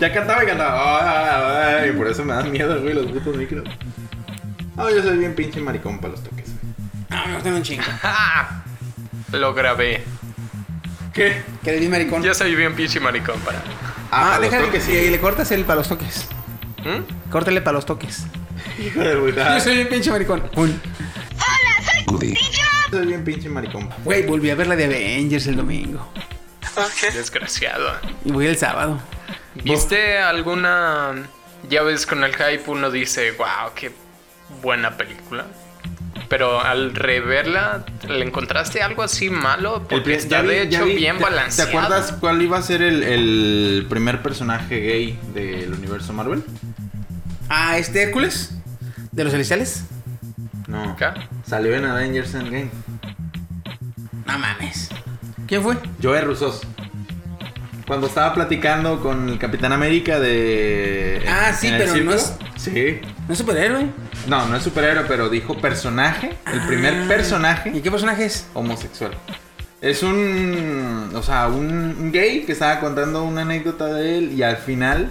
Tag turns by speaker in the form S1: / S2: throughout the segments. S1: Ya cantaba y cantaba. Ay, por eso me dan miedo, güey, los putos micros. No, yo soy bien pinche maricón para los toques. No, me gustan un chingo.
S2: ¡Ja! Lo grabé.
S1: ¿Qué?
S3: Que eres bien maricón.
S2: Yo soy bien pinche maricón para.
S1: Ah,
S3: Ah,
S1: para los
S3: déjale que
S1: toques,
S3: sí.
S1: sí.
S3: le cortas el para los toques.
S2: ¿Mm?
S3: Córtale para los toques.
S1: Hijo de puta.
S3: Yo soy bien pinche maricón. Un-
S1: Soy bien pinche maricón.
S3: Güey, volví a ver la de Avengers el domingo.
S2: Desgraciado.
S3: Y voy el sábado.
S2: ¿Viste alguna. Ya ves, con el hype uno dice, wow, qué buena película. Pero al reverla, ¿le encontraste algo así malo?
S1: El
S2: Porque
S1: pri-
S2: está
S1: ya vi-
S2: de
S1: ya
S2: hecho
S1: vi,
S2: bien
S1: ¿te-
S2: balanceado.
S1: ¿Te acuerdas cuál iba a ser el, el primer personaje gay del universo Marvel?
S3: Ah, este Hércules. De los celestiales.
S1: No.
S2: ¿Qué?
S1: Salió en Avengers Endgame.
S3: No mames. ¿Quién fue?
S1: Joe Rusos. Cuando estaba platicando con el Capitán América de.
S3: Ah, sí,
S1: en el
S3: pero no es-
S1: Sí.
S3: No es superhéroe.
S1: No, no es superhéroe, pero dijo personaje. El primer
S3: Ah. ¿Y
S1: personaje
S3: qué personaje es?
S1: homosexual. Es un. O sea, un un gay que estaba contando una anécdota de él y al final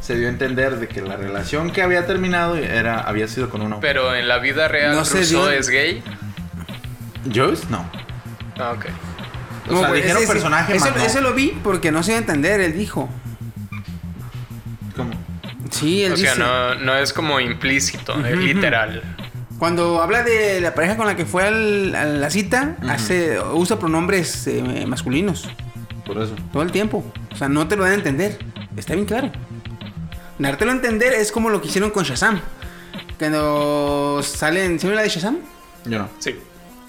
S1: se dio a entender de que la relación que había terminado era, había sido con uno.
S2: Pero en la vida real,
S3: No sé,
S2: Russo
S3: yo-
S2: es gay.
S1: ¿Joyce? No.
S2: Ah, ok.
S1: O sea,
S3: güey,
S1: dijeron
S3: ese-
S1: personaje,
S3: Eso,
S1: más no.
S3: eso lo vi porque no se iba a entender, él dijo.
S1: ¿Cómo?
S3: Sí, él
S2: O sea,
S3: dice.
S2: no, no es como implícito, es literal.
S3: Cuando habla de la pareja con la que fue al- a la cita,
S1: Ujú.
S3: hace, usa pronombres eh, masculinos
S1: Por eso.
S3: todo el tiempo. O sea, no te lo dan a entender. Está bien claro. Dártelo a entender es como lo que hicieron con Shazam. Cuando salen. ¿Se ve la de Shazam?
S1: Yo no.
S2: Sí.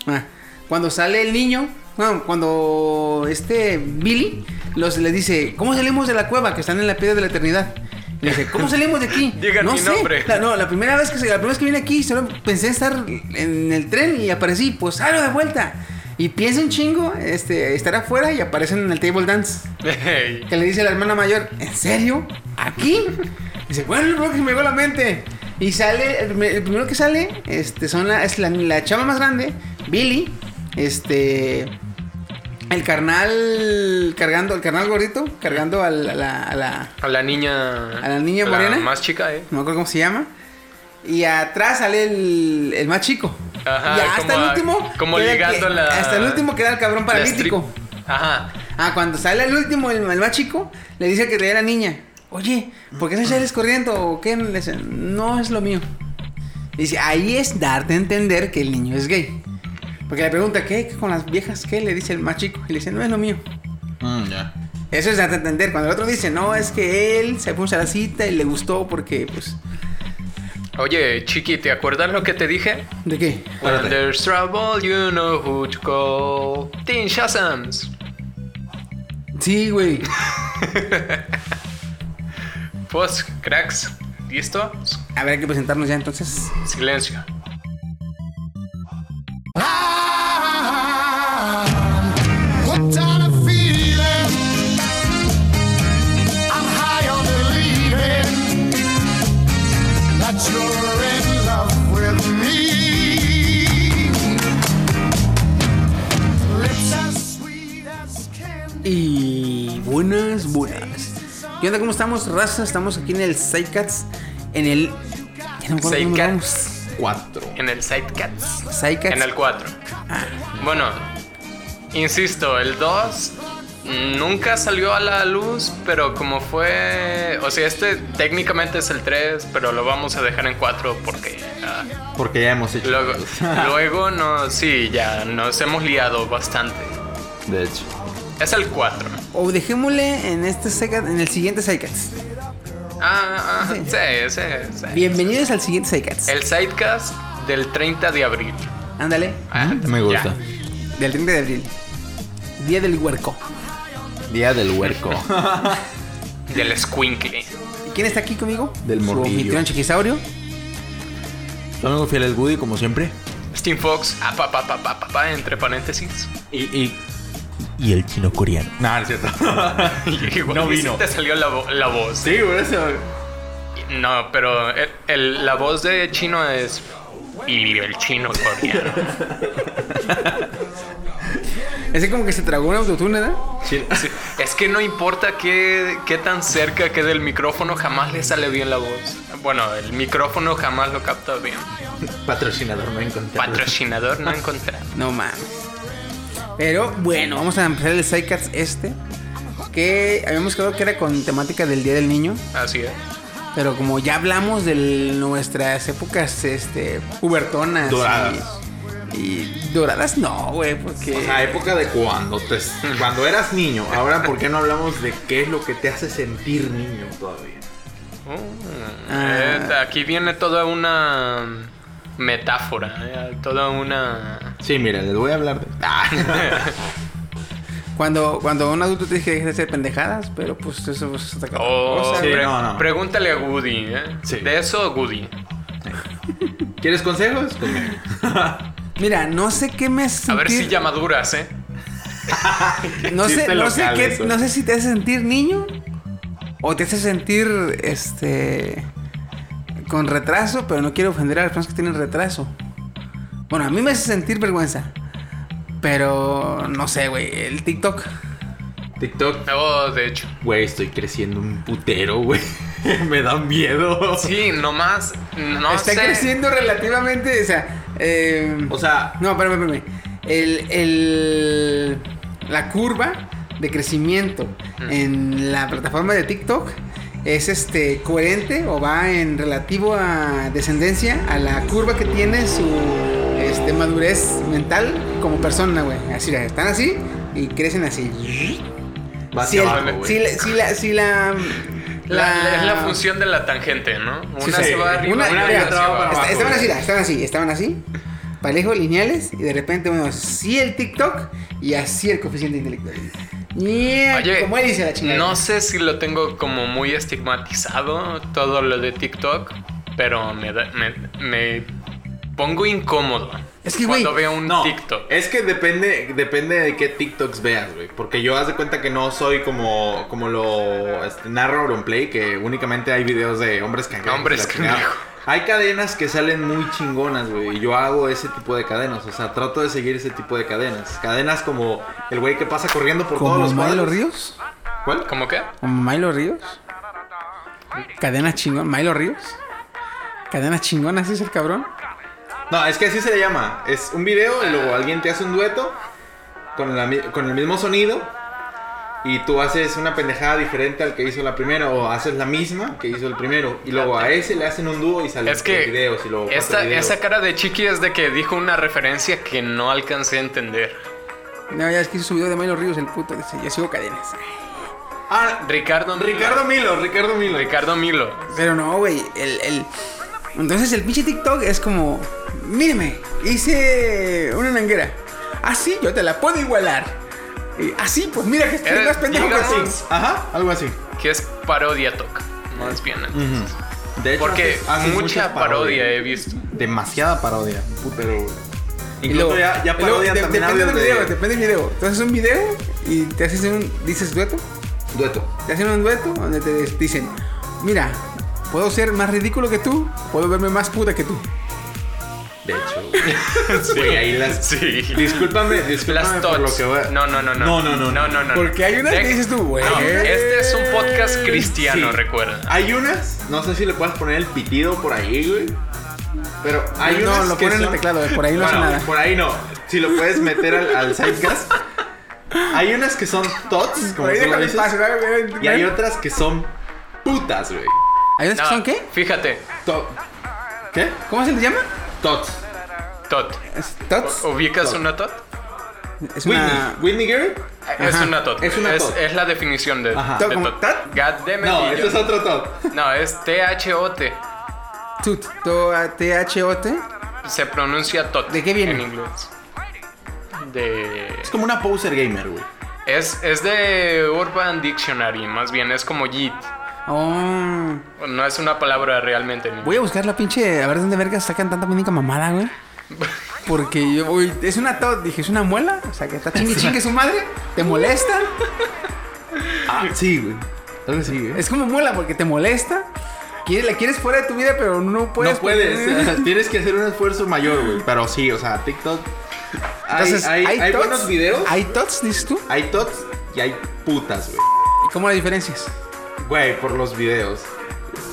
S3: Ah, cuando sale el niño, bueno, cuando este Billy los, les dice, ¿cómo salimos de la cueva que están en la piedra de la eternidad? Le dice, ¿cómo salimos de aquí?
S2: Digan
S3: no
S2: mi nombre.
S3: La, no, la primera vez que se- la primera vez que vine aquí, solo pensé estar en el tren y aparecí, pues salgo de vuelta. Y piensa un chingo, este, estar afuera y aparecen en el table dance. Que le dice la hermana mayor, ¿en serio? ¿Aquí? Dice, bueno, es lo primero que se me llegó a la mente. Y sale, el, primer- el primero que sale, este, son la, es la, la chava más grande, Billy, este, el carnal, cargando, el carnal gordito, cargando al- a la, a la-
S2: A la niña.
S3: A la niña morena.
S2: más chica, ¿eh?
S3: no me acuerdo cómo se llama. Y atrás sale el, el más chico.
S2: Ajá,
S3: y hasta
S2: como
S3: el
S2: a-
S3: último.
S2: como
S3: queda
S2: ligando
S3: que-
S2: la-
S3: Hasta el último queda el cabrón
S2: La strip-
S3: paralítico.
S2: Ajá.
S3: Ah, cuando sale el último, el, el más chico, le dice que traía a la niña. Oye, ¿por qué no sales corriendo? ¿O qué? Le dice, no es lo mío. Dice, ahí es darte a entender que el niño es gay. Porque le pregunta, ¿qué? ¿Qué con las viejas? ¿Qué? Le dice el más chico. Y le dice, no es lo mío.
S1: Mm, ya.
S3: Eso es darte a entender. Cuando el otro dice, no, es que él se puso a la cita y le gustó porque, pues,
S2: Oye, Chiqui, ¿te acuerdas lo que te dije?
S3: ¿de qué?
S1: Espérate.
S2: When there's trouble, you know who to call. Teen Shazams.
S3: Sí, güey.
S2: Pues, cracks, ¿listo?
S3: A ver, hay que presentarnos ya entonces.
S2: Silencio.
S4: What kind of feeling? I'm high on believing that you're in love with me. Lips as sweet as candy.
S3: Y buenas, buenas. ¿Qué onda? ¿Cómo estamos, raza? Estamos aquí en el Psycats. En el. Ya no me acuerdo cómo
S2: Sidecats.
S1: Cuatro.
S2: En el Sidecats.
S3: nos llamamos. Psycats.
S2: En el 4. Bueno, insisto, el 2 nunca salió a la luz, pero como fue... O sea, este técnicamente es el 3, pero lo vamos a dejar en 4 porque... ah,
S1: Porque ya hemos hecho.
S2: luego,
S1: varios.
S2: luego no... Sí, ya nos hemos liado bastante.
S1: De hecho.
S2: Es el 4.
S3: O dejémosle en este Psycats, en el siguiente Psycats.
S2: Ah, ah, sí, sí, sí.
S3: Bienvenidos al siguiente Psycats.
S2: El sidecast del 30 de abril.
S3: Ándale,
S2: Ah,
S1: Me gusta.
S3: del 30 de abril. Día del huerco.
S1: Día del huerco.
S2: Del squinkle.
S3: ¿Quién está aquí conmigo?
S1: Del
S3: Su
S1: morrillo.
S3: anfitrión chiquisaurio.
S1: Su amigo fiel el Woody, como siempre.
S2: Steam Fox, ah, pa, pa, pa, pa, pa, pa, entre paréntesis.
S1: Y, y...
S5: Y el chino coreano.
S1: No, no es cierto.
S2: Igual
S1: No
S2: y sí
S1: vino.
S2: te salió la, vo- la voz.
S1: sí, por eso.
S2: No, pero el- el- la voz de chino es. Y el chino coreano.
S3: Ese como que se tragó un autotune, ¿verdad?
S2: Sí, Es que no importa qué, qué tan cerca quede el micrófono, jamás le sale bien la voz. Bueno, el micrófono jamás lo capta bien.
S1: Patrocinador no encontré.
S2: Patrocinador no encontrado.
S3: No mames. Pero bueno, vamos a empezar el Psychats este. Que habíamos quedado que era con temática del Día del Niño.
S2: Así es.
S3: Pero como ya hablamos de nuestras épocas este, pubertonas.
S1: Doradas.
S3: Y, y doradas no, güey, porque...
S1: O sea, época de cuando te, cuando eras niño. Ahora, ¿por qué no hablamos de qué es lo que te hace sentir niño todavía?
S2: Mm,
S3: Ah.
S2: eh, aquí viene toda una metáfora, eh, toda una...
S1: Sí, mira, les voy a hablar de. Ah.
S3: cuando, cuando un adulto te dice que dejes de hacer pendejadas, pero pues eso es otra
S2: Oh,
S3: cosa.
S1: sí,
S2: pre-
S1: no, no.
S2: Pregúntale a Woody. eh.
S1: Sí.
S2: De eso, Woody.
S1: ¿Quieres consejos? Conmigo.
S3: Mira, no sé qué me hace
S2: A ver si
S3: sentir-
S2: ya maduras, ¿eh?
S3: No sé,
S1: Chiste
S3: no, sé
S1: local
S3: qué-
S1: eso.
S3: no sé si te hace sentir niño o te hace sentir este con retraso, pero no quiero ofender a las personas que tienen retraso. Bueno, a mí me hace sentir vergüenza. Pero no sé, güey, el TikTok.
S1: TikTok.
S2: Oh, de hecho.
S1: Güey, estoy creciendo un putero, güey. Me da miedo.
S2: Sí, nomás... No
S3: Está
S2: sé. Pues-
S3: creciendo relativamente, o sea, eh,
S1: O sea,
S3: no, espérame, espérame. El, el- la curva de crecimiento en la plataforma de TikTok es este coherente o va en relativo a descendencia a la curva que tiene su este, madurez mental como persona, güey. Así, mira, están así y crecen así.
S1: va
S3: Si,
S1: hacia
S3: el-
S1: abajo, güey.
S3: si la, si la, si la,
S2: La- la- es la función de la tangente, ¿no? Una
S1: sí.
S2: se va arriba
S3: una-
S2: y otra
S3: mira,
S2: hacia
S1: trabajo
S2: abajo.
S3: Est-
S1: abajo,
S3: estaban así,
S1: güey.
S3: estaban así, estaban así. Parejo, lineales, y de repente uno sí el TikTok y así el coeficiente intelectual. Yeah,
S2: Oye,
S3: como él dice la chingada.
S2: no sé si lo tengo como muy estigmatizado todo lo de TikTok, pero me, da- me, me pongo incómodo
S3: Es que,
S2: cuando
S3: güey,
S2: veo un
S1: No,
S2: TikTok.
S1: es que depende, depende de qué TikToks veas, güey. Porque yo haz de cuenta que no soy como, como lo este, narra Auronplay, que únicamente hay videos de hombres cangrejos.
S2: Hombres
S1: la chingada.
S2: cangrejos.
S1: Hay cadenas que salen muy chingonas, güey. Y yo hago ese tipo de cadenas. O sea, trato de seguir ese tipo de cadenas. Cadenas como el güey que pasa corriendo por todos
S3: ¿Como
S1: los
S3: Milo
S1: cuadros.
S3: Ríos?
S1: ¿Cuál?
S2: ¿Cómo qué?
S3: ¿Como Milo Ríos? Cadenas chingón, ¿Milo Ríos? Cadenas chingonas, ¿sí es el cabrón?
S1: No, es que así se le llama. Es un video y luego alguien te hace un dueto con, la mi- con el mismo sonido y tú haces una pendejada diferente al que hizo la primera o haces la misma que hizo el primero y luego a ese le hacen un dúo y salen
S2: Es que
S1: tres videos y luego
S2: esta,
S1: cuatro videos.
S2: esa cara de Chiqui es de que dijo una referencia que no alcancé a entender.
S3: No, ya es que hizo su video de Milo Ríos, el puto. Dice, yo sigo cadenas.
S1: Ah,
S2: Ricardo Milo.
S1: Ricardo Milo, Ricardo Milo.
S2: Ricardo Milo.
S3: Pero no, güey, el, el... Entonces el pinche TikTok es como... Míreme, hice una nanguera. Así yo te la puedo igualar. Y así, pues mira que estoy
S2: Eh,
S3: más pendejo que
S2: digamos-
S3: tú.
S1: Ajá, algo así.
S2: Que es parodia Tok, más bien.
S1: De hecho,
S2: Porque
S1: haces- haces
S2: mucha parodia eh. he visto.
S1: Demasiada parodia. Putero. güey.
S3: Y
S1: Incluso
S3: luego-
S1: ya, ya
S3: y luego
S1: parodian
S3: de-
S1: también
S3: Depende del
S1: audios
S3: video,
S1: de-
S3: depende del video. Entonces un video y te haces un... Dices dueto.
S1: dueto.
S3: Te hacen un dueto donde te dicen... Mira, puedo ser más ridículo que tú. Puedo verme más puta que tú.
S1: De hecho. güey. Güey, ahí las-
S2: Sí.
S1: Discúlpame, discúlpame
S2: Las
S1: por lo
S2: tots.
S1: que voy a-
S2: No, no, no, no.
S1: No, no, no,
S2: No,
S1: no.
S2: no, no.
S3: Porque hay unas que
S2: Deja-
S3: dices tú, güey.
S2: No, este es un podcast cristiano,
S1: Sí.
S2: recuerda.
S1: Hay unas, no sé si le puedas poner el pitido por ahí, güey. Pero hay
S3: no,
S1: unas
S3: lo
S1: que
S3: ponen en el
S1: son-
S3: teclado, eh, por ahí no hace
S1: Bueno,
S3: nada.
S1: Por ahí no. Si lo puedes meter al, al sidecast. Hay unas que son tots, como
S3: Por ahí
S1: tú lo
S3: déjalo en
S1: dices,
S3: paz, ¿eh? ¿verdad?
S1: Y hay otras que son putas, güey.
S3: ¿Hay unas que
S2: No,
S3: son qué?
S2: Fíjate,
S1: To- ¿Qué?
S3: ¿Cómo se les llama?
S1: Tots.
S2: Tot.
S3: ¿Es ¿Tots?
S2: ¿Ubicas
S1: Tot.
S2: una Tot?
S3: Es una...
S1: Whitney. Whitney Girl.
S2: Es
S3: Ajá.
S2: una Tot.
S1: Es una
S2: es,
S1: tot.
S2: es la definición de,
S1: Ajá.
S2: de
S3: ¿Tot como
S2: Tot.
S3: tot?
S2: God damn it,
S1: No,
S2: y yo-
S1: este es otro tot.
S2: No, es T-H-O-T.
S3: Tut, to- a- T-H-O-T.
S2: Se pronuncia Tot.
S3: ¿De qué viene?
S2: En inglés. de...
S1: Es como una poser gamer, güey.
S2: Es, es de Urban Dictionary, más bien, es como JIT.
S3: Oh,
S2: No es una palabra realmente. ni-
S3: voy a buscar la pinche. A ver dónde verga sacan tanta única mamada, güey. Porque yo, uy, es una tot, dije, es una muela. O sea, que está chingue chingue su madre. Te molesta.
S1: Ah, sí, güey. Algo así, güey.
S3: Es como muela porque te molesta. Quiere- la quieres fuera de tu vida, pero no puedes.
S1: no puedes. o sea, Tienes que hacer un esfuerzo mayor, güey. Pero sí, o sea, TikTok. Hay,
S3: Entonces,
S1: hay, hay
S3: tots,
S1: buenos videos. Hay,
S3: Hay tots, dices tú.
S1: tots y hay putas, güey.
S3: ¿Y cómo las diferencias?
S1: Güey, por los videos.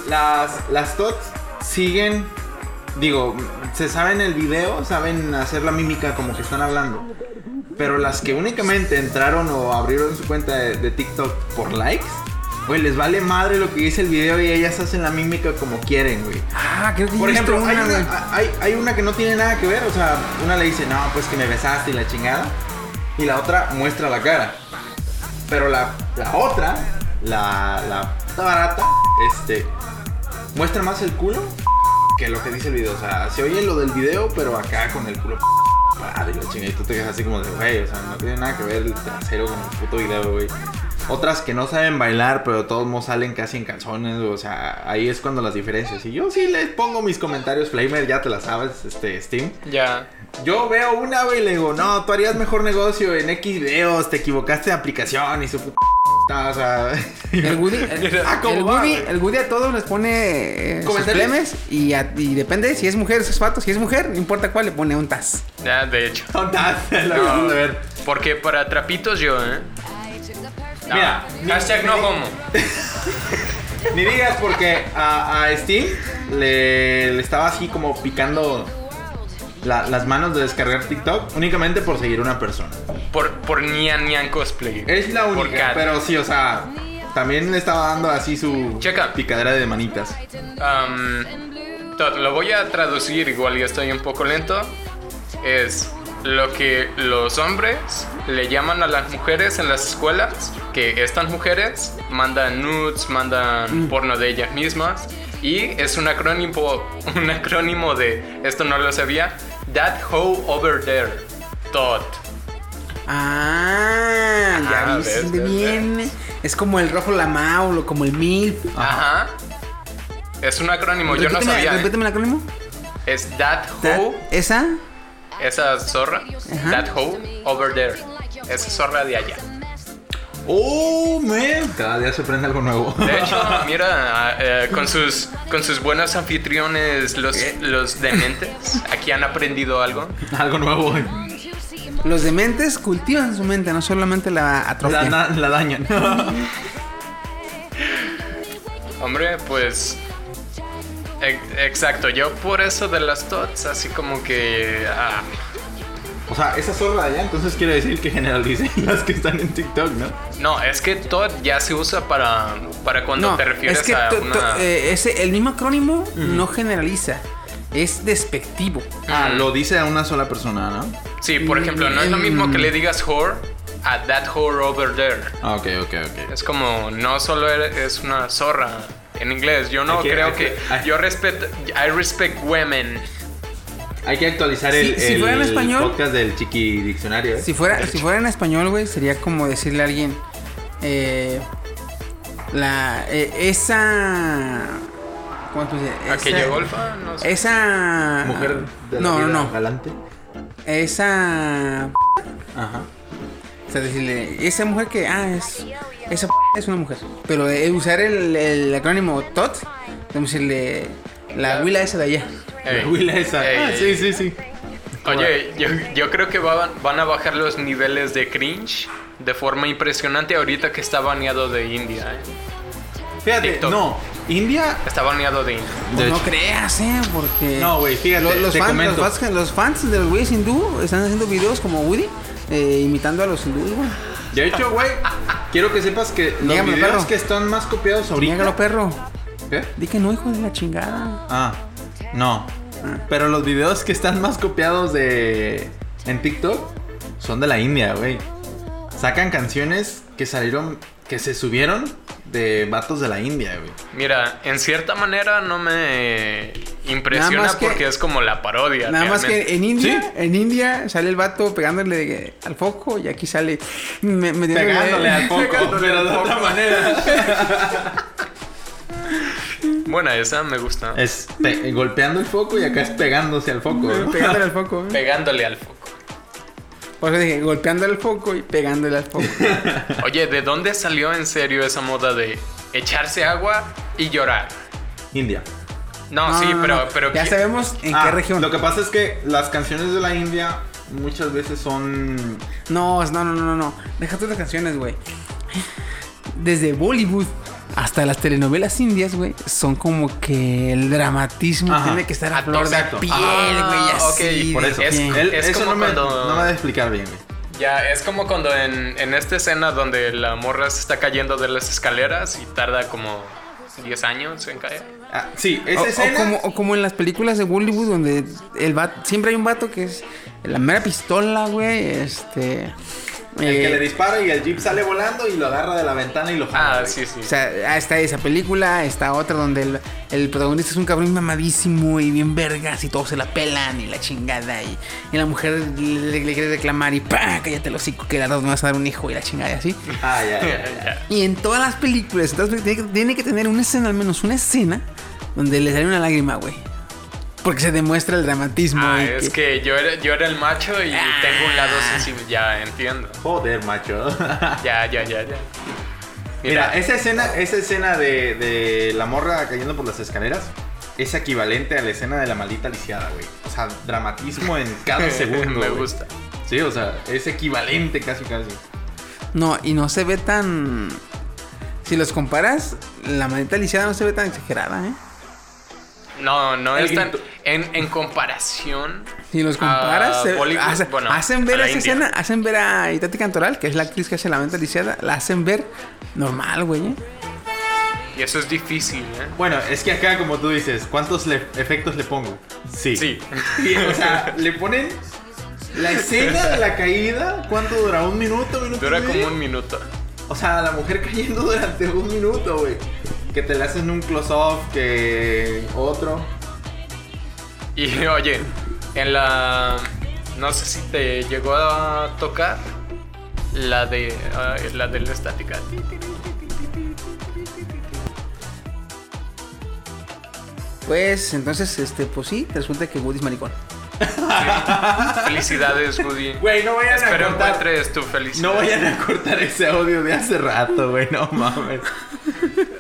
S1: Las, las tots siguen. Digo, se saben el video, saben hacer la mímica como que están hablando. Pero las que únicamente entraron o abrieron su cuenta de, de TikTok por likes, güey, les vale madre lo que dice el video y ellas hacen la mímica como quieren, güey.
S3: Ah, creo que
S1: Por
S3: he visto
S1: ejemplo, hay
S3: güey.
S1: una, hay, hay una que no tiene nada que ver, o sea, una le dice, no, pues que me besaste y la chingada, y la otra muestra la cara. Pero la, la otra, la, la puta barata, este, muestra más el culo que lo que dice el video. O sea, se oye lo del video, pero acá con el culo parado y la chingada, y tú te quedas así como de, güey, o sea, no tiene nada que ver el trasero con el puto video, güey. Otras que no saben bailar, pero de todos modos salen casi en calzones, o sea, ahí es cuando las diferencias. Y yo sí les pongo mis comentarios, Flamer, ya te las sabes, este, Steam.
S2: Ya.
S1: Yo veo una, güey, y le digo, no, tú harías mejor negocio en X videos, te equivocaste de aplicación y su puta. O sea,
S3: El Woody, el,
S1: Ah, ¿cómo
S3: el
S1: va,
S3: Woody-
S1: güey?
S3: el Woody a todos les pone eh, sus
S1: ¿Comentarios?
S3: plemes y, a- y depende si es mujer, sus patos. Si es mujer, no importa cuál, le pone un tas.
S2: Ya, de hecho.
S1: tontas, la acabamos de ver.
S2: Porque para trapitos yo, ¿eh? No.
S1: Mira,
S2: hashtag no homo.
S1: Ni digas porque a, a Steam le, le estaba así como picando la- las manos de descargar TikTok únicamente por seguir una persona.
S2: Por, por Nian Nian Cosplay.
S1: Es la
S2: Por
S1: única,
S2: Kat.
S1: pero sí, o sea, también le estaba dando así su
S2: Checa.
S1: picadera de manitas.
S2: Am, tot, lo voy a traducir, igual yo estoy un poco lento. Es lo que los hombres le llaman a las mujeres en las escuelas, que estas mujeres mandan nudes, mandan porno de ellas mismas, y es un acrónimo, un acrónimo de, esto no lo sabía, That Hoe Over There, Tot.
S3: Ah, ya
S2: Ah,
S3: ves,
S2: ves,
S3: de
S2: ves,
S3: bien.
S2: ves.
S3: Es como el rojo lamao, o como el mil.
S2: Ajá. Es un acrónimo, yo no sabía. ¿eh?
S3: Repíteme el acrónimo.
S2: Es That
S3: Ta-
S2: Hoe
S3: Esa.
S2: Esa zorra,
S3: Ajá.
S2: that hoe over there. Esa zorra de allá.
S1: ¡Oh, man! Cada día se prende algo nuevo.
S2: De hecho, mira, eh, con, sus, con sus buenos anfitriones, los,
S3: Eh.
S2: los dementes, aquí han aprendido algo.
S1: algo nuevo.
S3: Los dementes cultivan su mente, no solamente la
S1: La,
S3: atrofian.
S1: la- la dañan.
S2: Hombre, pues. e- Exacto, yo por eso de las TOTS, así como que. ah,
S1: o sea, esa zorra de allá, entonces quiere decir que generalicen las que están en TikTok, ¿no?
S2: no, es que TOT ya se usa para, para cuando te refieres
S3: es que
S2: a
S3: to- to-
S2: una.
S3: eh, ese- el mismo acrónimo no generaliza. Es despectivo.
S1: Ah, lo dice a una sola persona, ¿no?
S2: sí, por ejemplo, no es lo mismo que le digas whore a that whore over there.
S1: Ah, ok, ok, ok.
S2: Es como, no solo eres- es una zorra en inglés. Yo no
S1: Aquí-
S2: creo
S1: aquí-
S2: que.
S1: aquí-
S2: Yo respeto. I respect women.
S1: Hay que actualizar
S3: Si-
S1: el,
S3: si
S1: el
S3: fuera en español-
S1: podcast del Chiqui Diccionario. ¿eh?
S3: Si fuera, si fuera en español, güey, sería como decirle a alguien. eh, la. eh, esa. ¿Cómo se dice?
S2: Aquella
S3: Esa-
S2: golfa, no
S3: Eh.
S2: sé.
S3: Esa.
S1: Mujer de la
S3: No,
S1: vida
S3: no, no.
S1: galante.
S3: Esa.
S1: Ajá.
S3: O sea, decirle. Esa mujer que. Ah, es. Esa es una mujer. Pero eh, usar el, el acrónimo TOT. Vamos a decirle. La huila esa de allá.
S2: Ey.
S1: La huila esa.
S2: Ey,
S1: Ah,
S2: ey,
S1: sí, sí, sí.
S2: Oye, yo, yo creo que van, van a bajar los niveles de cringe de forma impresionante ahorita que está baneado de India. ¿eh?
S1: Fíjate,
S2: TikTok.
S1: no. India.
S2: Está baneado de India.
S1: De
S3: Pues no
S1: hecho.
S3: creas, eh, porque.
S1: No, güey, fíjate,
S3: Lo- Los,
S1: te
S3: fans, los,
S1: comento.
S3: fans, los fans de los güeyes hindú están haciendo videos como Woody, eh, imitando a los hindúes, güey.
S1: De hecho, güey, quiero que sepas que los
S3: Niégame,
S1: videos
S3: perro.
S1: que están más copiados ahorita.
S3: Niégalo, perro.
S1: ¿Qué?
S3: Di que no, hijo de la chingada.
S1: Ah, no. Pero los videos que están más copiados de en TikTok son de la India, güey. Sacan canciones que salieron, que se subieron de vatos de la India, güey.
S2: Mira, en cierta manera no me impresiona
S3: más que-
S2: porque es como la parodia.
S3: Nada más
S2: realmente.
S3: que en India,
S1: Sí.
S3: en India sale el vato pegándole de- al foco y aquí sale me- metiéndole-
S1: Pegándole al foco,
S3: pegándole
S1: pero
S3: al
S1: de
S3: foco.
S1: otra manera.
S2: Bueno, esa me gusta.
S3: Eh.
S1: Es pe- golpeando el foco y acá es pegándose al foco. güey.
S3: Pegándole al foco. ¿eh?
S2: Pegándole al foco.
S3: Por eso dije, golpeando al foco y pegándole al foco.
S2: Oye, ¿de dónde salió en serio esa moda de echarse agua y llorar?
S1: India.
S2: No,
S3: No,
S2: sí,
S3: no,
S2: pero,
S3: no.
S2: pero
S3: ya
S2: ¿qué-
S3: sabemos en
S1: Ah,
S3: qué región.
S1: Lo que pasa es que las canciones de la India muchas veces son.
S3: No, no, no, no, no. Deja todas las canciones, güey. Desde Bollywood hasta las telenovelas indias, güey, son como que el dramatismo
S1: Ajá.
S3: tiene que estar a
S2: Ah,
S3: flor de
S2: exacto.
S3: piel, güey,
S2: Ah, ok,
S3: así.
S1: Por
S3: de
S1: eso.
S2: Es-
S3: que-
S1: Él-
S2: es
S1: eso
S2: como
S1: no, me,
S2: cuando-
S1: no me va a explicar bien, güey.
S2: ya es como cuando en, en esta escena donde la morra se está cayendo de las escaleras y tarda como 10 años en caer.
S1: Ah, sí,
S3: O,
S1: esa
S3: o
S1: escena.
S3: como, o como en las películas de Bollywood donde el vato, siempre hay un vato que es la mera pistola, güey, este...
S1: El que
S3: eh,
S1: le dispara y el jeep sale volando y lo agarra de la ventana y lo jala.
S2: Ah,
S1: güey.
S2: sí, sí.
S3: O sea, ah, está esa película, está otra donde el, el protagonista es un cabrón mamadísimo y bien vergas y todos se la pelan y la chingada y, y la mujer le, le quiere reclamar y ¡pah! Cállate los hocico que las dos me vas a dar un hijo y la chingada y así.
S1: Ah, ya, ya, ya.
S2: Ya.
S3: Y en todas las películas, en todas las películas, tiene, que, tiene que tener una escena, al menos una escena, donde le sale una lágrima, güey. Porque se demuestra el dramatismo.
S2: Ah,
S3: y que-
S2: es
S3: Ah.
S2: que yo era, yo era el macho y tengo un lado sensible. Ya entiendo.
S1: Joder, macho.
S2: Ya, ya, ya, ya.
S1: Mira, esa escena, esa escena de, de la morra cayendo por las escaleras es equivalente a la escena de la maldita lisiada, güey. O sea, dramatismo en cada segundo.
S2: me
S1: güey.
S2: gusta.
S1: Sí, o sea, es equivalente casi, casi.
S3: No, y no se ve tan... Si los comparas, la manita lisiada no se ve tan exagerada, ¿eh?
S2: No, no
S1: El
S2: es tan.
S1: grito.
S2: En, en comparación.
S3: Si los comparas,
S2: a
S3: se-
S2: Ah, Bollywood,
S3: hace-
S2: bueno,
S3: hacen ver
S2: a la
S3: esa
S2: India.
S3: escena, hacen ver a Itati Cantoral, que es la actriz que hace la venta lisiada, la hacen ver normal, güey. ¿eh?
S2: Y eso es difícil, ¿eh?
S1: Bueno, es que acá, como tú dices, ¿cuántos le- efectos le pongo? Sí.
S2: Sí.
S1: Sí, o sea, le ponen la escena de la caída. ¿Cuánto dura? ¿Un minuto? ¿Minuto? y
S2: Dura
S1: medio?
S2: como un minuto.
S1: O sea, la mujer cayendo durante un minuto, güey. Que te le hacen un close-off, que otro.
S2: Y oye, en la. No sé si te llegó a tocar la de. ah, la de la estática.
S3: Pues entonces, este, pues sí, resulta que Woody es maricón.
S2: Felicidades, Woody.
S1: Güey, no vayan
S2: Espero
S1: a cortar.
S2: encuentres tu felicidad.
S1: No vayan a cortar ese audio de hace rato, güey. No mames.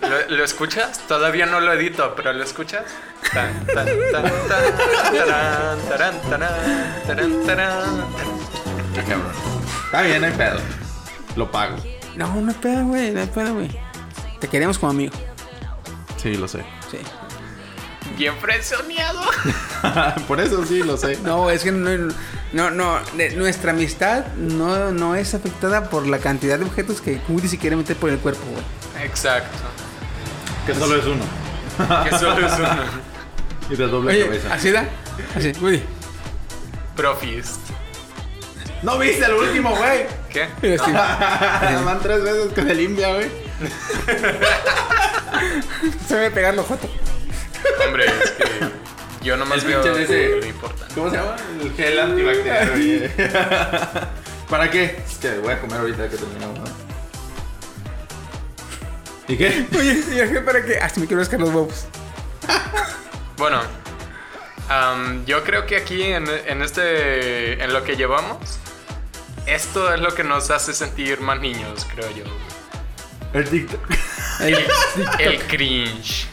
S2: ¿Lo, lo escuchas? Todavía no lo edito, pero ¿lo escuchas? Tan, tan, tan, tan, tarán, tarán, tarán, tarán, tarán.
S1: Qué cabrón. Está bien, no hay pedo. Lo pago.
S3: No, no es pedo, güey, no es pedo, güey. Te queremos como amigo,
S1: Sí, lo sé.
S3: sí.
S2: Bien presoneado.
S1: Por eso sí, lo sé.
S3: No, es que no, no, no, de- nuestra amistad no, no es afectada por la cantidad de objetos que Woody se quiere meter por el cuerpo, güey.
S2: Exacto.
S1: Que solo es uno.
S2: Que solo es uno.
S1: Y te doble
S3: Oye,
S1: cabeza.
S3: así da, así, Woody.
S2: Profist.
S1: No viste el último, güey.
S2: ¿Qué?
S3: Y así.
S1: Van tres veces que se limpia, güey.
S3: Se me pegar los fotos.
S2: Hombre, es que yo nomás
S1: El
S2: veo
S1: pinche de ese-
S2: lo importante.
S1: ¿Cómo se llama? El gel antibacterial, güey. ¿Para qué? Es que voy a comer ahorita que terminamos, ¿no? ¿Y qué?
S3: Oye, y es que para que. Hasta me quiero rascar los huevos.
S2: Bueno, am, yo creo que aquí en, en este, en lo que llevamos, esto es lo que nos hace sentir más niños, creo yo.
S1: El TikTok.
S2: El cringe.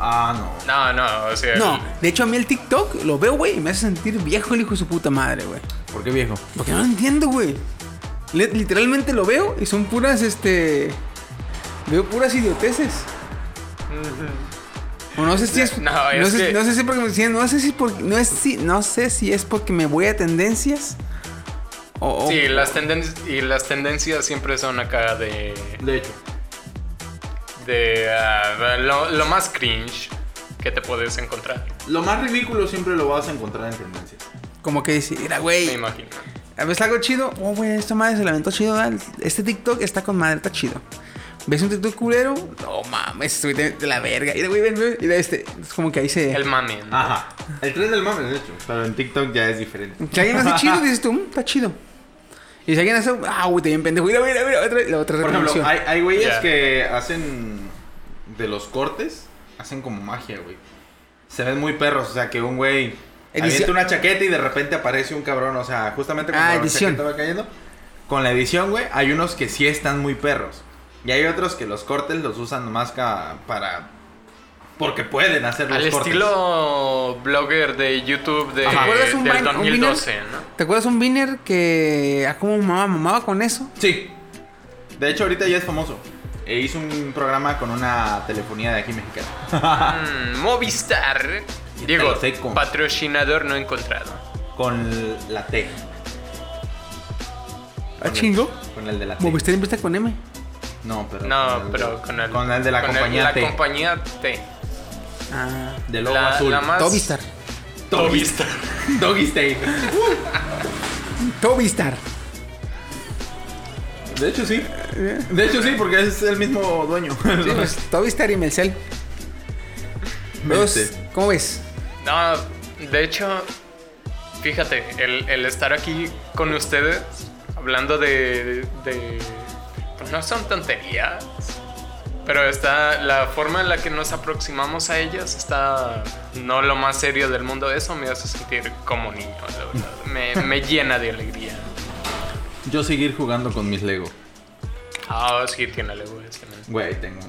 S1: Ah, no.
S2: No, no, o sea.
S3: No, de hecho a mí el TikTok lo veo, güey, y me hace sentir viejo el hijo de su puta madre, güey.
S1: ¿Por qué viejo?
S3: Porque no lo entiendo, güey. Le- Literalmente lo veo y son puras, este. Veo puras idioteces. O no sé si es.
S2: No, es
S3: sé,
S2: que-
S3: no sé si porque me decían, no sé si por- no es si, no sé si es porque me voy a tendencias. O, o-
S2: Sí, las tendencias y las tendencias siempre son acá de
S1: De hecho.
S2: de ah, lo, lo más cringe que te puedes encontrar.
S1: Lo más ridículo siempre lo vas a encontrar en tendencias.
S3: como que dice, mira,
S2: Me
S3: güey,
S2: imagino.
S3: a veces algo chido. Oh, güey, esta madre se la aventó chido. ¿verdad? Este TikTok está con madre, está chido. ¿Ves un TikTok culero? No mames, estoy de, de la verga. Mira, güey, ven, ven. Mira, este. Es como que ahí se.
S2: El mami. ¿no?
S1: Ajá. El tren del mame, de hecho. Pero en TikTok ya es diferente.
S3: Si alguien hace chido, dices tú, "Mm, está chido. Y si alguien hace, ah, güey, te bien pendejo. Mira, mira, mira, otra, la otra
S1: Por ejemplo,
S3: reproducción.
S1: hay, hay güeyes
S2: Ya.
S1: que hacen de los cortes, hacen como magia, güey. Se ven muy perros, o sea, que un güey
S3: Edición.
S1: avienta una chaqueta y de repente aparece un cabrón, o sea, justamente cuando
S3: Ah,
S1: la
S3: edición.
S1: chaqueta va cayendo. Con la edición, güey, hay unos que sí están muy perros. Y hay otros que los cortes los usan nomás ca- para... Porque pueden hacer los
S2: Al
S1: cortes.
S2: estilo blogger de YouTube de,
S3: ¿Te acuerdas un,
S2: del
S3: vin- un winner?
S2: 2012, ¿no?
S3: ¿Te acuerdas un Viner que ah, como mamaba, mamaba con eso?
S1: Sí. De hecho, ahorita ya es famoso. E hizo un programa con una telefonía de aquí mexicana.
S2: Mm, Movistar.
S1: Y te
S2: Digo,
S1: lo seco.
S2: patrocinador no encontrado.
S1: Con la T.
S3: ¿A Ah, chingo?
S1: Con el de la T.
S3: Movistar invista con M.
S1: No, pero.
S2: No,
S1: con el de-
S2: pero con el,
S1: Con el de la
S2: con el-
S1: compañía
S2: la
S1: T.
S2: compañía T.
S3: Ah.
S1: de logo
S2: la-
S1: azul.
S2: la más-
S3: Tobistar.
S2: Tobistar.
S1: Doggy Style.
S3: Tobistar.
S1: De hecho, sí. De hecho, sí, porque es el mismo dueño.
S3: Sí, pues, Tobistar y Melcel. Dos,
S1: Este.
S3: ¿Cómo ves?
S2: No, de hecho, fíjate, el, el estar aquí con ustedes, hablando de, de- pues No son tonterías, pero está... La forma en la que nos aproximamos a ellas está no lo más serio del mundo. Eso me hace sentir como niño, la verdad. Me, me llena de alegría.
S1: Yo seguir jugando con mis Lego.
S2: Ah, sí, tiene algo ese, ¿no?
S1: Güey, tengo.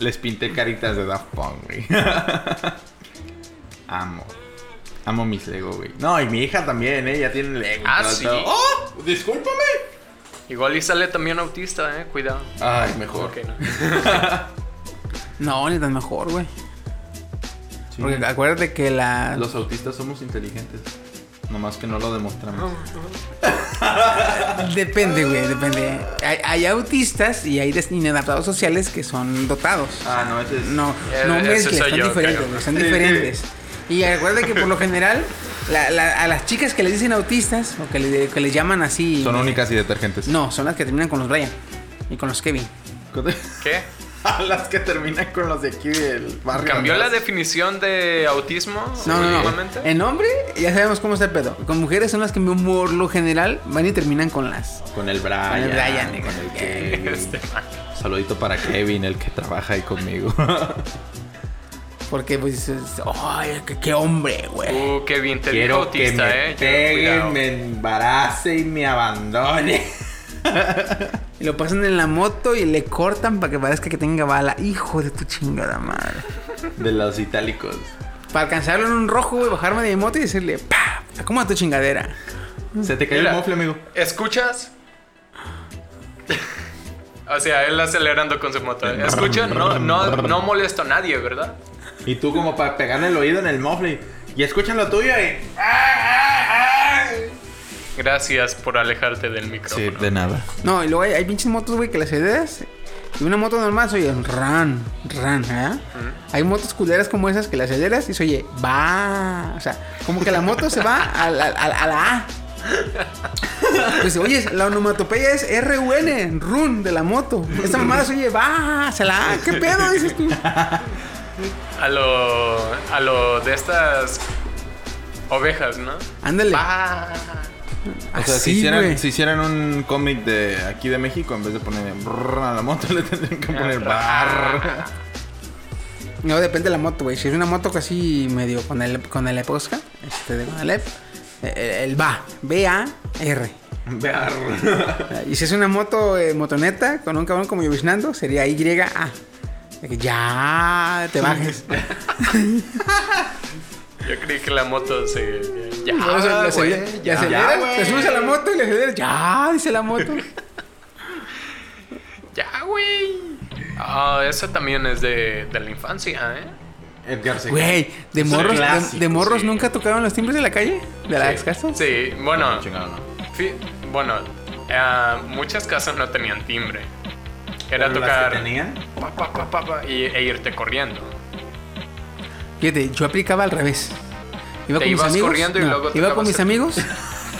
S1: Les pinté caritas de Daft Punk, güey. Amo. Amo mis Lego, güey. No, y mi hija también, ¿eh? Ya tiene Lego. y
S2: Ah,
S1: todo,
S2: ¿sí?
S1: todo. ¡Oh! ¡Discúlpame!
S2: Igual y sale también autista, eh. Cuidado.
S1: Ay, mejor.
S2: Ok, no.
S3: No, ni tan mejor, güey.
S1: Sí.
S3: Porque acuérdate que la.
S1: Los autistas somos inteligentes. Nomás que no lo demostramos.
S3: Depende, güey, depende. Hay, hay autistas y hay des- inadaptados sociales que son dotados.
S1: Ah, no, ese es.
S3: No,
S2: Eh,
S3: no
S2: ese
S3: mezcles,
S2: soy
S3: son
S2: yo,
S3: diferentes,
S2: creo.
S3: güey, son
S1: Sí, sí.
S3: diferentes. Y acuérdate que por lo general, la- la- a las chicas que les dicen autistas o que, le- que les llaman así.
S1: Son únicas y detergentes.
S3: No, son las que terminan con los Brian y con los Kevin.
S2: ¿Qué?
S1: A las que terminan con los de aquí del barrio.
S2: ¿Cambió la
S1: atrás.
S2: definición de autismo?
S3: No, no, no.
S2: últimamente?
S3: En hombre, ya sabemos cómo está el pedo. Con mujeres son las que por lo general van y terminan con las.
S1: Con el Brian.
S3: Con el Brian,
S1: con el Kevin.
S2: Este man.
S1: Saludito para Kevin, el que trabaja ahí conmigo.
S3: Porque pues, es- ay, qué, qué hombre, güey.
S2: Uh, qué bien te dijo
S1: Quiero
S2: autista,
S1: que me
S2: eh.
S1: pegue,
S2: Cuidado.
S1: me embarace y me abandone.
S3: Y lo pasan en la moto y le cortan para que parezca que tenga bala. Hijo de tu chingada madre.
S1: De los itálicos.
S3: Para alcanzarlo en un rojo, güey, bajarme de mi moto y decirle, ¡pa! Acoma tu chingadera.
S1: Se te cayó
S2: Mira.
S1: el mofle, amigo.
S2: ¿Escuchas? o sea, él acelerando con su moto. ¿Escuchas? No, no, no molesto a nadie, ¿verdad?
S1: Y tú como para pegarle el oído en el mofle. Y escuchan lo tuyo y... ¡Ah, ah, ah!
S2: Gracias por alejarte del micrófono.
S1: nada.
S3: No, y luego hay, hay pinches motos, güey, que las ideas. Y una moto normal se oye ran, ran, ¿eh? Hay motos culeras como esas que las aceleras y se oye va. O sea, como que la moto se va a la, a la- a la A. Pues oye, la onomatopeya es RUN, run de la moto. Esta mamada se oye va, se la A. ¿Qué pedo dices tú?
S2: A lo, a lo de estas ovejas, ¿no?
S3: Ándale.
S2: Ah,
S1: O sea, si
S3: Así,
S1: hicieran,
S3: güey.
S1: si hicieran un cómic de aquí de México, en vez de poner brrr a la moto, le tendrían que poner bar.
S3: No, depende de la moto, güey. Si es una moto casi medio con el con el Eposca, este de Conalep, eh, el va, B A R.
S1: Bar.
S3: Y si es una moto eh, motoneta con un cabrón como Yovisnando, sería Y A. De que ya te bajes.
S2: Yo creí que la moto se. Ya,
S3: Luego se- le
S2: güey,
S3: acelera- le
S2: ya.
S3: aceleras,
S1: Ya, güey.
S3: te subes a la moto y le aceleras, ya, dice la moto.
S2: Ya, güey. Ah, eso también es de, de la infancia, ¿eh?
S1: Edgar se
S3: Güey, de
S1: Es un
S3: morros, de,
S1: clásico,
S3: de morros
S2: sí.
S3: nunca tocaron los timbres de la calle, de la ex casa.
S2: Sí, bueno,
S1: Chingado, no.
S2: fi- bueno, ah, muchas casas no tenían timbre. Era
S1: Pero las
S2: tocar
S1: que tenían?
S2: pa, pa, pa, pa, pa, y, e irte corriendo.
S3: Fíjate, yo aplicaba al revés. Iba
S2: Te ibas corriendo y luego
S3: iba con
S2: tocabas
S3: mis
S2: el-
S3: amigos,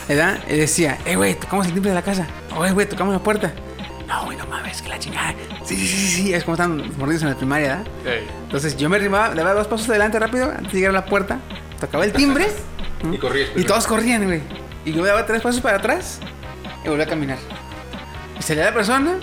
S3: ¿verdad? Y decía, eh, güey, eh, tocamos el timbre de la casa. Oye, güey, tocamos la puerta. no, güey, no mames, que la chingada. Sí, sí, sí, sí, sí, es como están los mordidos en la primaria, ¿verdad?
S2: Ey.
S3: Entonces yo me arrimaba, daba dos pasos adelante rápido antes de llegar a la puerta, tocaba el timbre
S1: Y corrías.
S3: y todos corrían, güey. Y yo me daba tres pasos para atrás y volví a caminar. Y salía la persona.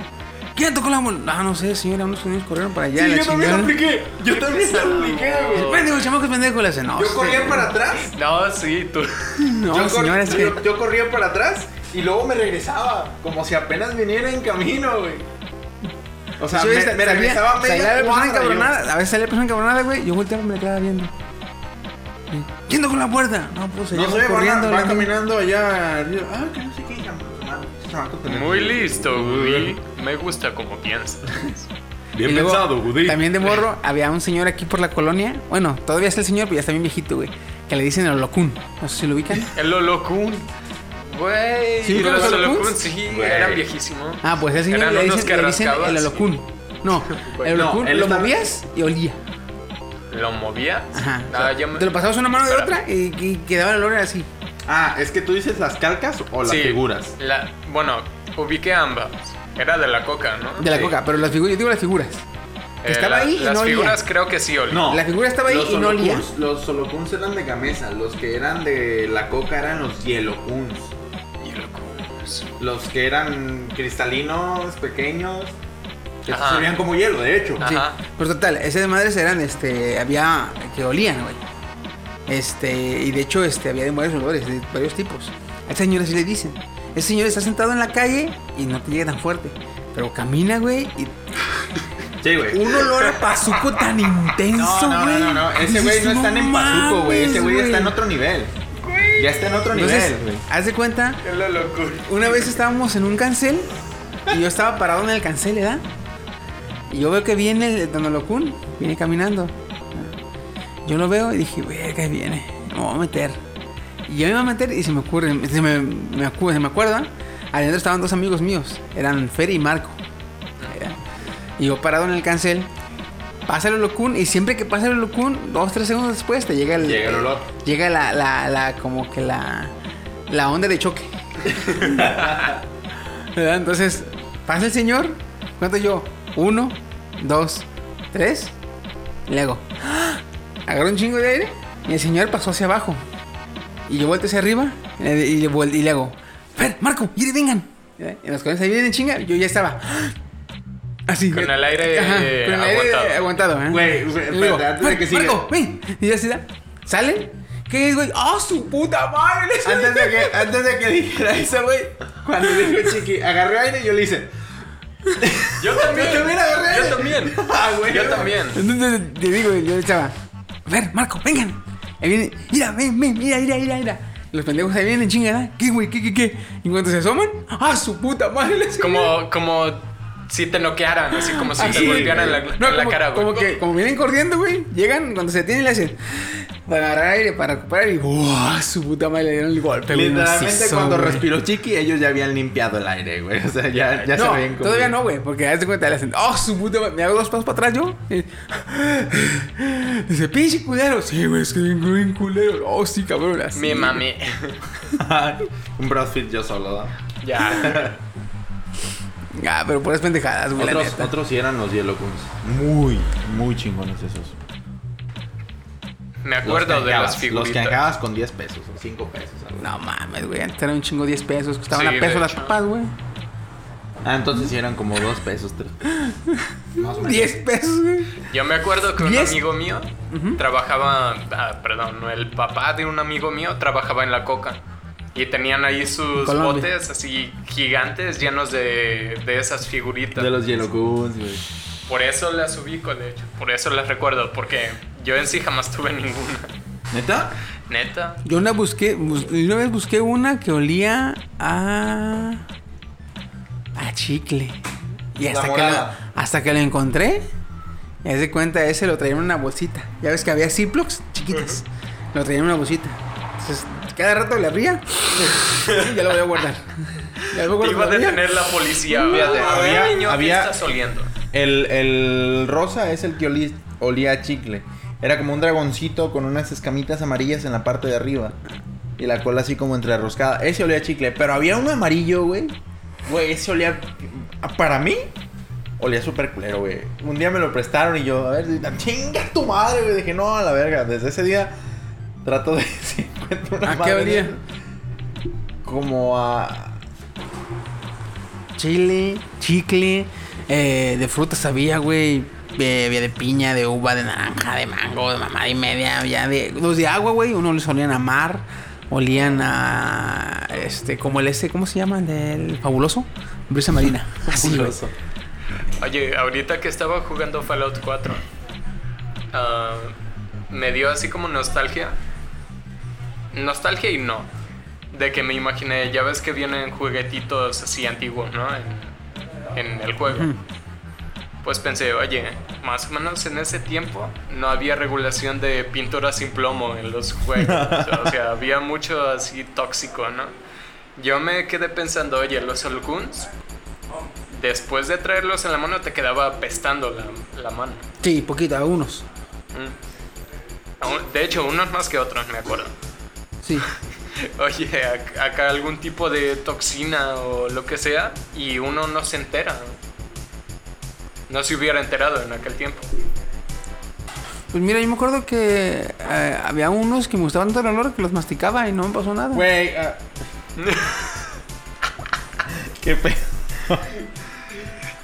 S3: ¿Quién tocó la mano? Ah, no sé, señora, unos niños corrieron para allá. la chingada.
S1: apliqué. Yo también la apliqué,
S3: El pendejo, el chamaco es pendejo, le hace, no. sé,
S1: Yo corría para atrás.
S2: No, sí, tú.
S3: No,
S1: yo, cor-
S3: señora, es que-
S1: yo- yo corría para atrás y luego me regresaba, como si apenas viniera en camino, güey. O sea,
S3: Sí,
S1: me,
S3: sa-
S1: me
S3: salía-
S1: regresaba media
S3: salía la persona
S1: cuadra,
S3: encabronada. A veces salía la persona encabronada, güey. Yo volteaba y me la quedaba viendo. Y, ¿Quién tocó la puerta? No, pues
S1: yo. No
S3: yo
S1: sé, corriendo, va,
S3: la-
S1: caminando allá. arriba. Ah, que no sé Ah, qué. ya, madre, ese chamaco también.
S2: Muy listo, Woody. Me gusta como piensas.
S3: Y luego, También de morro, había un señor aquí por la colonia. Bueno, todavía está el señor, pero ya está bien viejito, güey. Que le dicen el Olocún. No sé si lo ubican.
S2: El Lolocún. Güey.
S3: ¿Sí, con
S2: los
S3: los Lolocuns?
S2: Lolocún, sí,
S1: Güey.
S2: eran viejísimos.
S3: Ah, pues el señor
S2: Eran
S3: le
S2: unos Pues
S3: dicen,
S2: que
S3: le dicen
S2: rascabas
S3: el Olocún. No, el
S1: No,
S3: Olocún
S1: él
S3: lo
S1: está-
S3: movías y olía.
S2: ¿Lo movías?
S3: Ajá.
S2: Ah, ya me-
S3: Te lo pasabas una mano de
S2: Espera.
S3: otra y, y quedaba el olor así.
S1: Ah, es que tú dices las calcas o las
S2: Sí,
S1: figuras.
S2: la- bueno, ubiqué ambas. Era de la coca, ¿no?
S3: De la
S1: Sí.
S3: coca, pero las figuras, yo digo las figuras. Que
S2: Eh,
S3: estaba
S2: la-
S3: ahí y
S2: Las
S3: no olía.
S2: figuras creo que sí olía.
S1: No.
S3: La figura estaba ahí y no olía.
S1: solocuns- Los solocuns eran de camisa, los que eran de la coca eran los hielocuns.
S2: Y Lolocuns.
S1: Los que eran cristalinos, pequeños, que
S2: Ajá.
S1: se veían como hielo, de hecho.
S2: Ajá.
S3: Sí. Pero total, ese de madres eran, este, había que olían, güey. Este, y de hecho, este, había de varios olores, de varios tipos. A ese señor así le dicen. Ese señor está sentado en la calle y no te llega tan fuerte. Pero camina, güey, y
S1: Sí, güey.
S3: un olor a pazuco tan intenso,
S1: No,
S3: güey.
S1: no, no, no, no, Ese güey no
S3: Dices,
S1: está en Pazuco, güey. Ese
S3: mames,
S1: güey está en otro nivel. Ya está en otro
S3: Entonces,
S1: nivel, güey.
S3: haz de cuenta,
S2: El Lolocún.
S3: Una vez estábamos en un cancel y yo estaba parado en el cancel, ¿verdad? Y yo veo que viene el Danolocún, viene caminando. Yo lo veo y dije, verga, ahí viene, me voy a meter. Y yo me iba a meter y se me ocurre, se me, me acu- se me acuerda, adentro estaban dos amigos míos, eran Fer y Marco. Y yo parado en el cancel, pasa el Olocún y siempre que pasa el Olocún, dos, tres segundos después te llega el...
S1: Llega el olor.
S3: Llega la, la, la, como que la, la onda de choque. ¿Verdad? Entonces, pasa el señor, cuento yo, uno, dos, tres, y le hago, ¡ah! agarro un chingo de aire y el señor pasó hacia abajo. Y yo vuelto hacia arriba y le, y le vuel- y le hago, Fer, Marco, y vengan. ¿Verdad? Y los colegas ahí vienen en chinga, yo ya estaba. ¡ah! Así.
S2: Con el aire, eh,
S3: con el aire
S2: aguantado.
S3: aguantado. ¿eh?
S1: Güey,
S3: Y le
S1: espérate,
S3: digo,
S1: antes de que siga.
S3: Marco, ven. Y ya así, ¿salen? ¿Qué es, güey? ¡Ah, su puta madre!
S1: Antes de que, antes de que dijera eso, güey. Cuando dijo Chiqui, agarré aire y yo le hice.
S2: Yo también.
S1: Yo también agarré.
S2: Yo también.
S1: Ah, güey.
S2: Yo también.
S3: Entonces le digo, yo le echaba, a ver, Marco, vengan. Ahí viene, mira, ven, ven, mira, mira, mira, mira. Los pendejos ahí vienen chingada. ¿Qué, güey? ¿Qué, qué, qué? Y cuando se asoman, ¡ah, su puta madre! Les-
S2: Como, como si te noquearan, así como si
S3: Así,
S2: te golpearan en la,
S3: Ah, No,
S2: en la
S3: como-
S2: cara, güey.
S3: Como que, como vienen corriendo, güey, llegan, cuando se tienen, le hacen, para agarrar aire, para recuperar, y ¡ah, su puta madre! Le dieron el golpe, güey,
S1: Literalmente
S3: macizo,
S1: cuando
S3: güey.
S1: respiró Chiqui, ellos ya habían limpiado el aire, güey. O sea, ya, ya se
S3: No,
S1: veían como.
S3: todavía no, güey, porque haz de cuenta, le hacen, oh, su puta madre", me hago dos pasos para atrás yo. y- Dice, pinche culero. Sí, güey, es que bien, bien culero. Oh, sí, cabrón. así.
S2: Mi mami.
S1: Un broadfit yo solo, ¿no?
S2: ya.
S3: Ah, pero puras pendejadas, güey, la
S1: Otros,
S3: neta.
S1: otros sí eran los Yellowcoons. Muy, muy chingones esos.
S2: Me
S1: Los
S2: acuerdo de
S1: canjeabas,
S2: las figuritas.
S1: Los canjeabas con 10 pesos o 5 pesos. algo.
S3: No mames, güey, antes eran un chingo 10 pesos, costaban
S2: Sí,
S3: a peso
S2: de
S3: las
S2: hecho.
S3: papas, güey.
S1: Ah, entonces sí eran como 2 pesos, 3 pesos. Más o menos.
S3: 10 pesos, güey.
S2: Yo me acuerdo que un
S3: Diez.
S2: amigo mío trabajaba, ah, perdón, no, el papá de un amigo mío trabajaba en la coca. Y tenían ahí sus
S3: Colombia.
S2: botes así gigantes llenos de, de esas figuritas.
S1: De los Yellowcoons, güey.
S2: Por eso las ubico, de hecho. Por eso las recuerdo, porque yo en sí jamás tuve ninguna.
S1: ¿Neta?
S2: Neta.
S3: Yo una busqué, bus- una vez busqué una que olía a. a chicle. Y hasta que, la,
S1: morada.
S3: hasta que la encontré, ya se cuenta, ese lo traían en una bolsita. Ya ves que había Ziplocs chiquitas. Lo traían en una bolsita. Entonces, cada rato le abría. y ya lo voy a guardar. Ya lo voy a
S2: Iba a
S3: guardar.
S2: detener la policía.
S1: Fíjate,
S2: Ah,
S1: había-
S2: niño, ¿qué
S1: había-
S2: estás oliendo?
S1: El, el rosa es el que olí- olía a chicle. Era como un dragoncito con unas escamitas amarillas en la parte de arriba. Y la cola así como entrerroscada. Ese olía a chicle. Pero había uno amarillo, güey. Güey, ese olía. Para mí, olía súper culero, güey. Un día me lo prestaron y yo, a ver, chinga tu madre, güey. Dije, no, a la verga. Desde ese día trato de. Si encuentro una
S3: ¿A qué
S1: madre de
S3: olía?
S1: esas, Como a.
S3: Chile, chicle, eh, de fruta sabía, güey. Eh, Había de piña, de uva, de naranja, de mango, de mamá y media, había de. Los de agua, güey. Uno les olían a mar, olían a. Este, como el este, ¿cómo se llama? El Del fabuloso. Brisa marina. Así, güey.
S1: Fabuloso.
S2: Oye, ahorita que estaba jugando Fallout 4, ah, me dio así como nostalgia. Nostalgia y no. De que me imaginé, ya ves que vienen juguetitos así antiguos, ¿no? En, en el juego. Pues pensé, oye, más o menos en ese tiempo no había regulación de pintura sin plomo en los juegos. o sea, había mucho así tóxico, ¿no? Yo me quedé pensando, oye, los Holguns después de traerlos en la mano te quedaba apestando la, la mano.
S3: Sí, poquito, algunos.
S2: Mm. Aún- De hecho, unos más que otros, me acuerdo.
S3: Sí.
S2: Oye, ac- acá algún tipo de toxina o lo que sea y uno no se entera. No se hubiera enterado en aquel tiempo.
S3: Pues mira, yo me acuerdo que eh, había unos que me gustaban tanto el olor que los masticaba y no me pasó nada.
S1: Güey, ah. Qué pedo.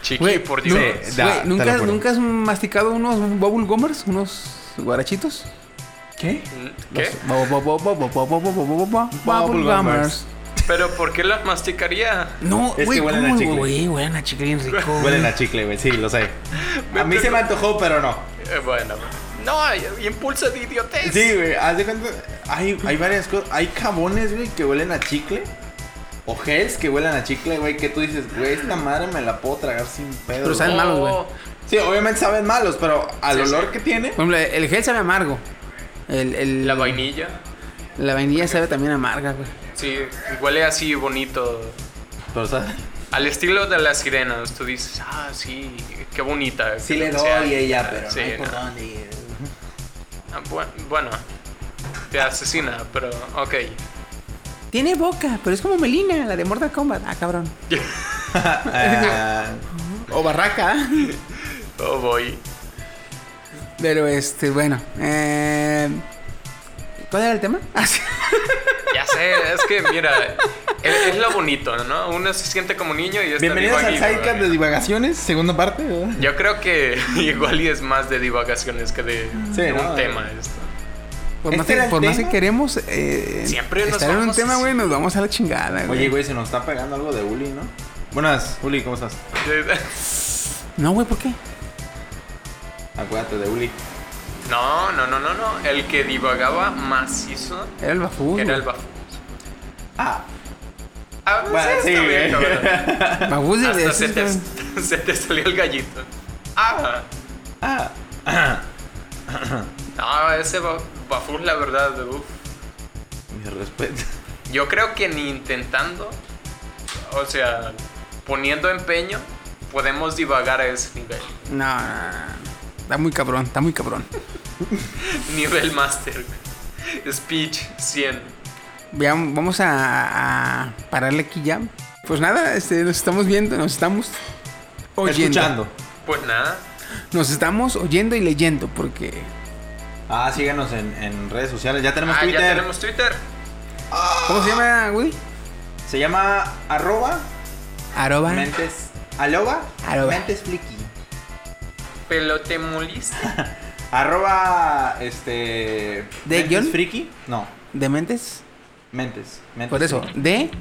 S2: Chiqui,
S3: Güey,
S2: por
S3: nu-
S2: Dios.
S1: sí. da,
S3: güey,
S1: te
S3: ¿nunca,
S1: lo juro.
S3: ¿Nunca has masticado unos bubble gummers? ¿Unos guarachitos?
S1: ¿Qué?
S2: ¿Qué?
S3: Los bu- bu- bu- bu- bu- bu- bu- bu- bu- bu- bu-
S1: Bubble
S3: Bubble
S1: gummers.
S3: gummers.
S2: ¿Pero por qué las masticaría?
S3: No,
S1: Es
S3: güey,
S1: que huelen a
S3: ¿cómo,
S1: chicle.
S3: güey? Huelen a chicle bien rico.
S1: Huelen a chicle, güey. Sí, lo sé. A mí se me antojó, pero no.
S2: Eh, bueno. No, impulso de idiotez.
S1: Sí, güey, haz de cuenta. Hay, hay varias cosas. Hay jabones, güey, que huelen a chicle. O gels que huelen a chicle, güey, que tú dices, güey, esta madre me la puedo tragar sin pedo.
S3: Pero
S1: güey.
S3: saben malos, güey.
S2: Oh,
S1: Sí, obviamente saben malos, pero al
S2: Sí, sí.
S1: olor que tiene.
S3: Por ejemplo, el gel sabe amargo. El, el-
S2: La vainilla.
S3: La vainilla sabe también amarga, güey.
S2: Sí, huele así bonito.
S1: Pero saben.
S2: Al estilo de las sirenas, tú dices, ah, sí, qué bonita.
S1: Sí
S2: que
S1: le doy
S2: sea".
S1: y ella, pero
S2: Sí,
S1: no hay por
S2: no.
S1: dónde. y-
S2: Ah, bu- Bueno, te asesina, pero ok.
S3: Tiene boca, pero es como Melina, la de Mortal Kombat. Ah, cabrón.
S1: Ah,
S3: O Barraca.
S2: Oh, voy.
S3: Pero este, bueno. eh, ¿Cuál era el tema? Ah, sí.
S2: Ya sé, es que mira, es, es lo bonito, ¿no? Uno se siente como niño y está
S1: Bienvenidos al
S2: divaguito,
S1: Sidecast de
S2: ¿verdad?
S1: Divagaciones, segunda parte. ¿verdad?
S2: Yo creo que igual y es más de divagaciones que de,
S1: Sí,
S2: de
S1: ¿no?
S2: un tema esto.
S3: Por, más
S1: ¿Este
S3: que,
S1: era el
S3: por más que
S1: tema?
S3: queremos eh,
S2: Siempre nos
S3: estar en un
S2: vamos
S3: tema,
S2: así.
S3: güey, nos vamos a la chingada, güey.
S1: Oye, güey, se nos está pegando algo de Uli, ¿no? Buenas, Uli, ¿cómo estás?
S3: No, güey, ¿por qué?
S1: Acuérdate de Uli.
S2: No, no, no, no, no. El que divagaba macizo
S3: Era el Bafú.
S2: era el
S3: güey.
S2: Bafus.
S1: Ah,
S2: Ah, pues
S1: bueno, sí, eh.
S2: está bien,
S1: güey.
S2: cabrón.
S3: Bafú de
S2: Hasta
S3: de-
S2: se te,
S3: esos,
S2: se te salió el gallito. Ah.
S1: Ah.
S2: No, Ah, ese ba- Bafur, la verdad, uf.
S1: Mi respeto.
S2: yo creo que ni intentando, o sea, poniendo empeño, podemos divagar a ese nivel.
S3: güey. No, no, no, no. Está muy cabrón, está muy cabrón.
S2: Nivel master. Speech 100.
S3: Ya, vamos a, a pararle aquí ya. Pues nada, este, nos estamos viendo, nos estamos oyendo.
S1: Escuchando.
S2: Pues nada,
S3: Nos estamos oyendo y leyendo, porque
S1: Ah, síganos en, en redes sociales. Ya tenemos
S2: ah,
S1: Twitter.
S2: ya tenemos Twitter.
S3: ¿Cómo se llama, güey?
S1: Se llama arroba
S3: Aroba.
S1: mentes. Aloba.
S3: Arroba.
S1: Mentes Flicky.
S2: Pelote molista.
S1: Arroba este.
S3: ¿De
S1: mentes
S3: guión?
S1: Friki. No.
S3: ¿De mentes?
S1: Mentes. Mentes
S3: Por eso,
S1: Friki.
S3: de.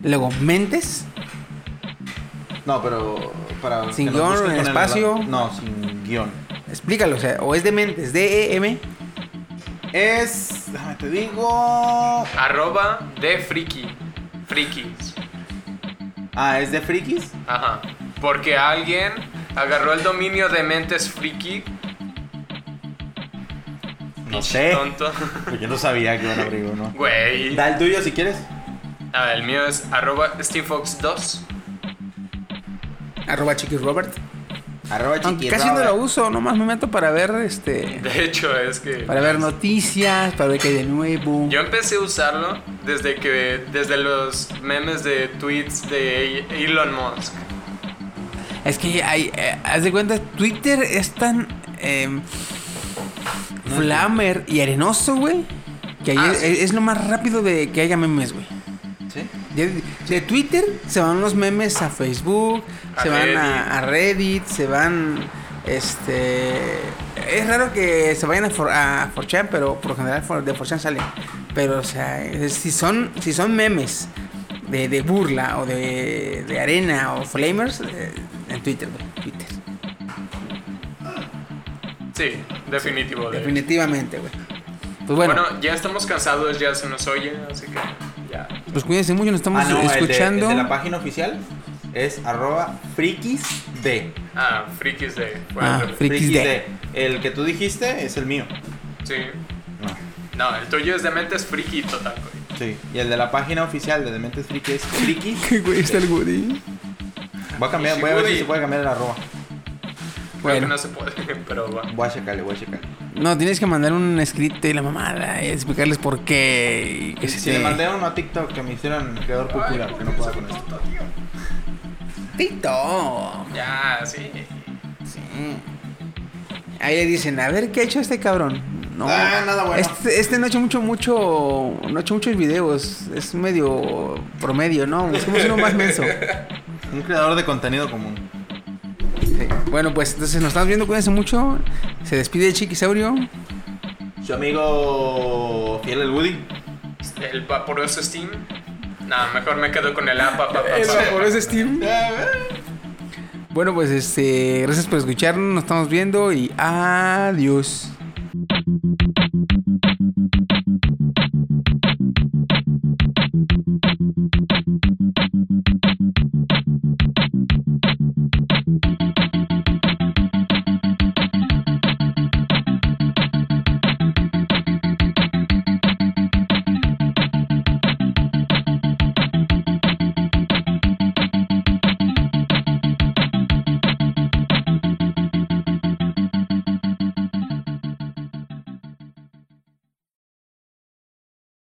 S3: Luego, mentes.
S1: No, pero para.
S3: Sin
S1: que nos
S3: guión,
S1: busquen
S3: en
S1: con el-
S3: espacio.
S1: No, sin guión.
S3: Explícalo, o sea, o es de mentes, E D-E-M.
S1: Es. Déjame te digo.
S2: Arroba de friki. Frikis.
S1: Ah, es de frikis.
S2: Ajá. Porque alguien agarró el dominio de mentes friki.
S1: No sé.
S2: Tonto.
S1: Pues yo no sabía que iban a abrir uno.
S2: Güey.
S1: Da el tuyo si quieres.
S2: Ah, el mío es arroba SteveFox2.
S3: Arroba Chiquis Robert.
S1: Arroba
S3: Aunque
S1: chiqui
S3: casi no
S1: Robert.
S3: lo uso, nomás me meto para ver este.
S2: De hecho, es que.
S3: Para ver noticias, para ver qué hay de nuevo.
S2: Yo empecé a usarlo desde que desde los memes de tweets de Elon Musk.
S3: Es que hay, eh, haz de cuenta, Twitter es tan eh, flamer y arenoso, güey. Que ahí
S2: Ah,
S3: es,
S2: sí.
S3: es lo más rápido de que haya memes, güey.
S1: ¿Sí?
S3: De, de Twitter se van los memes a Facebook,
S2: A
S3: se van a, a Reddit, se van. Este. Es raro que se vayan a, for, a 4chan, pero por lo general for- de 4chan sale. Pero, o sea, es- si son, si son memes de, de burla o de, de arena o flamers, eh, en Twitter, güey, Twitter.
S2: Sí, definitivo. de-
S3: Definitivamente, güey. Pues bueno,
S2: bueno. ya estamos cansados, ya se nos oye, así que ya.
S3: pues cuídense mucho, nos estamos
S1: Ah, no, el de-
S3: escuchando.
S1: El de, la página oficial es arroba frikis de.
S2: Ah, frikis de.
S3: Ah,
S2: bueno,
S3: frikis de.
S1: El que tú dijiste es el mío.
S2: Sí.
S1: No.
S2: No, el tuyo es de mentes friki total, güey.
S1: Sí. Y el de la página oficial de Dementes Friki es frikis.
S3: Qué güey está el Woody.
S1: Voy a cambiar, voy a ver si se puede cambiar el arroba.
S2: Creo
S3: Bueno.
S2: que no se puede, pero bueno.
S1: Voy a checarle, voy a checarle.
S3: No, tienes que mandar un escrito y la mamada y explicarles por qué. este? y que
S1: Si
S3: se
S1: le
S3: te-
S1: mandé uno a TikTok que me hicieron creador popular, que no puedo con esto.
S3: Tito.
S2: Ya, sí.
S3: Sí. Ahí le dicen, a ver, ¿qué ha hecho este cabrón? No.
S1: Ah, nada bueno.
S3: Este, este no ha hecho mucho, mucho. No ha hecho muchos videos. Es medio promedio, ¿no? Busquemos uno más menso.
S1: Un creador de contenido común.
S3: Sí. Bueno, pues entonces nos estamos viendo, cuídense mucho. Se despide Chiquisaurio.
S1: Su amigo fiel el Woody.
S2: El vaporoso Steam. No, mejor me quedo con el apa, pa, pa, pa.
S3: Steam. Bueno, pues este. Gracias por escucharnos. Nos estamos viendo y adiós.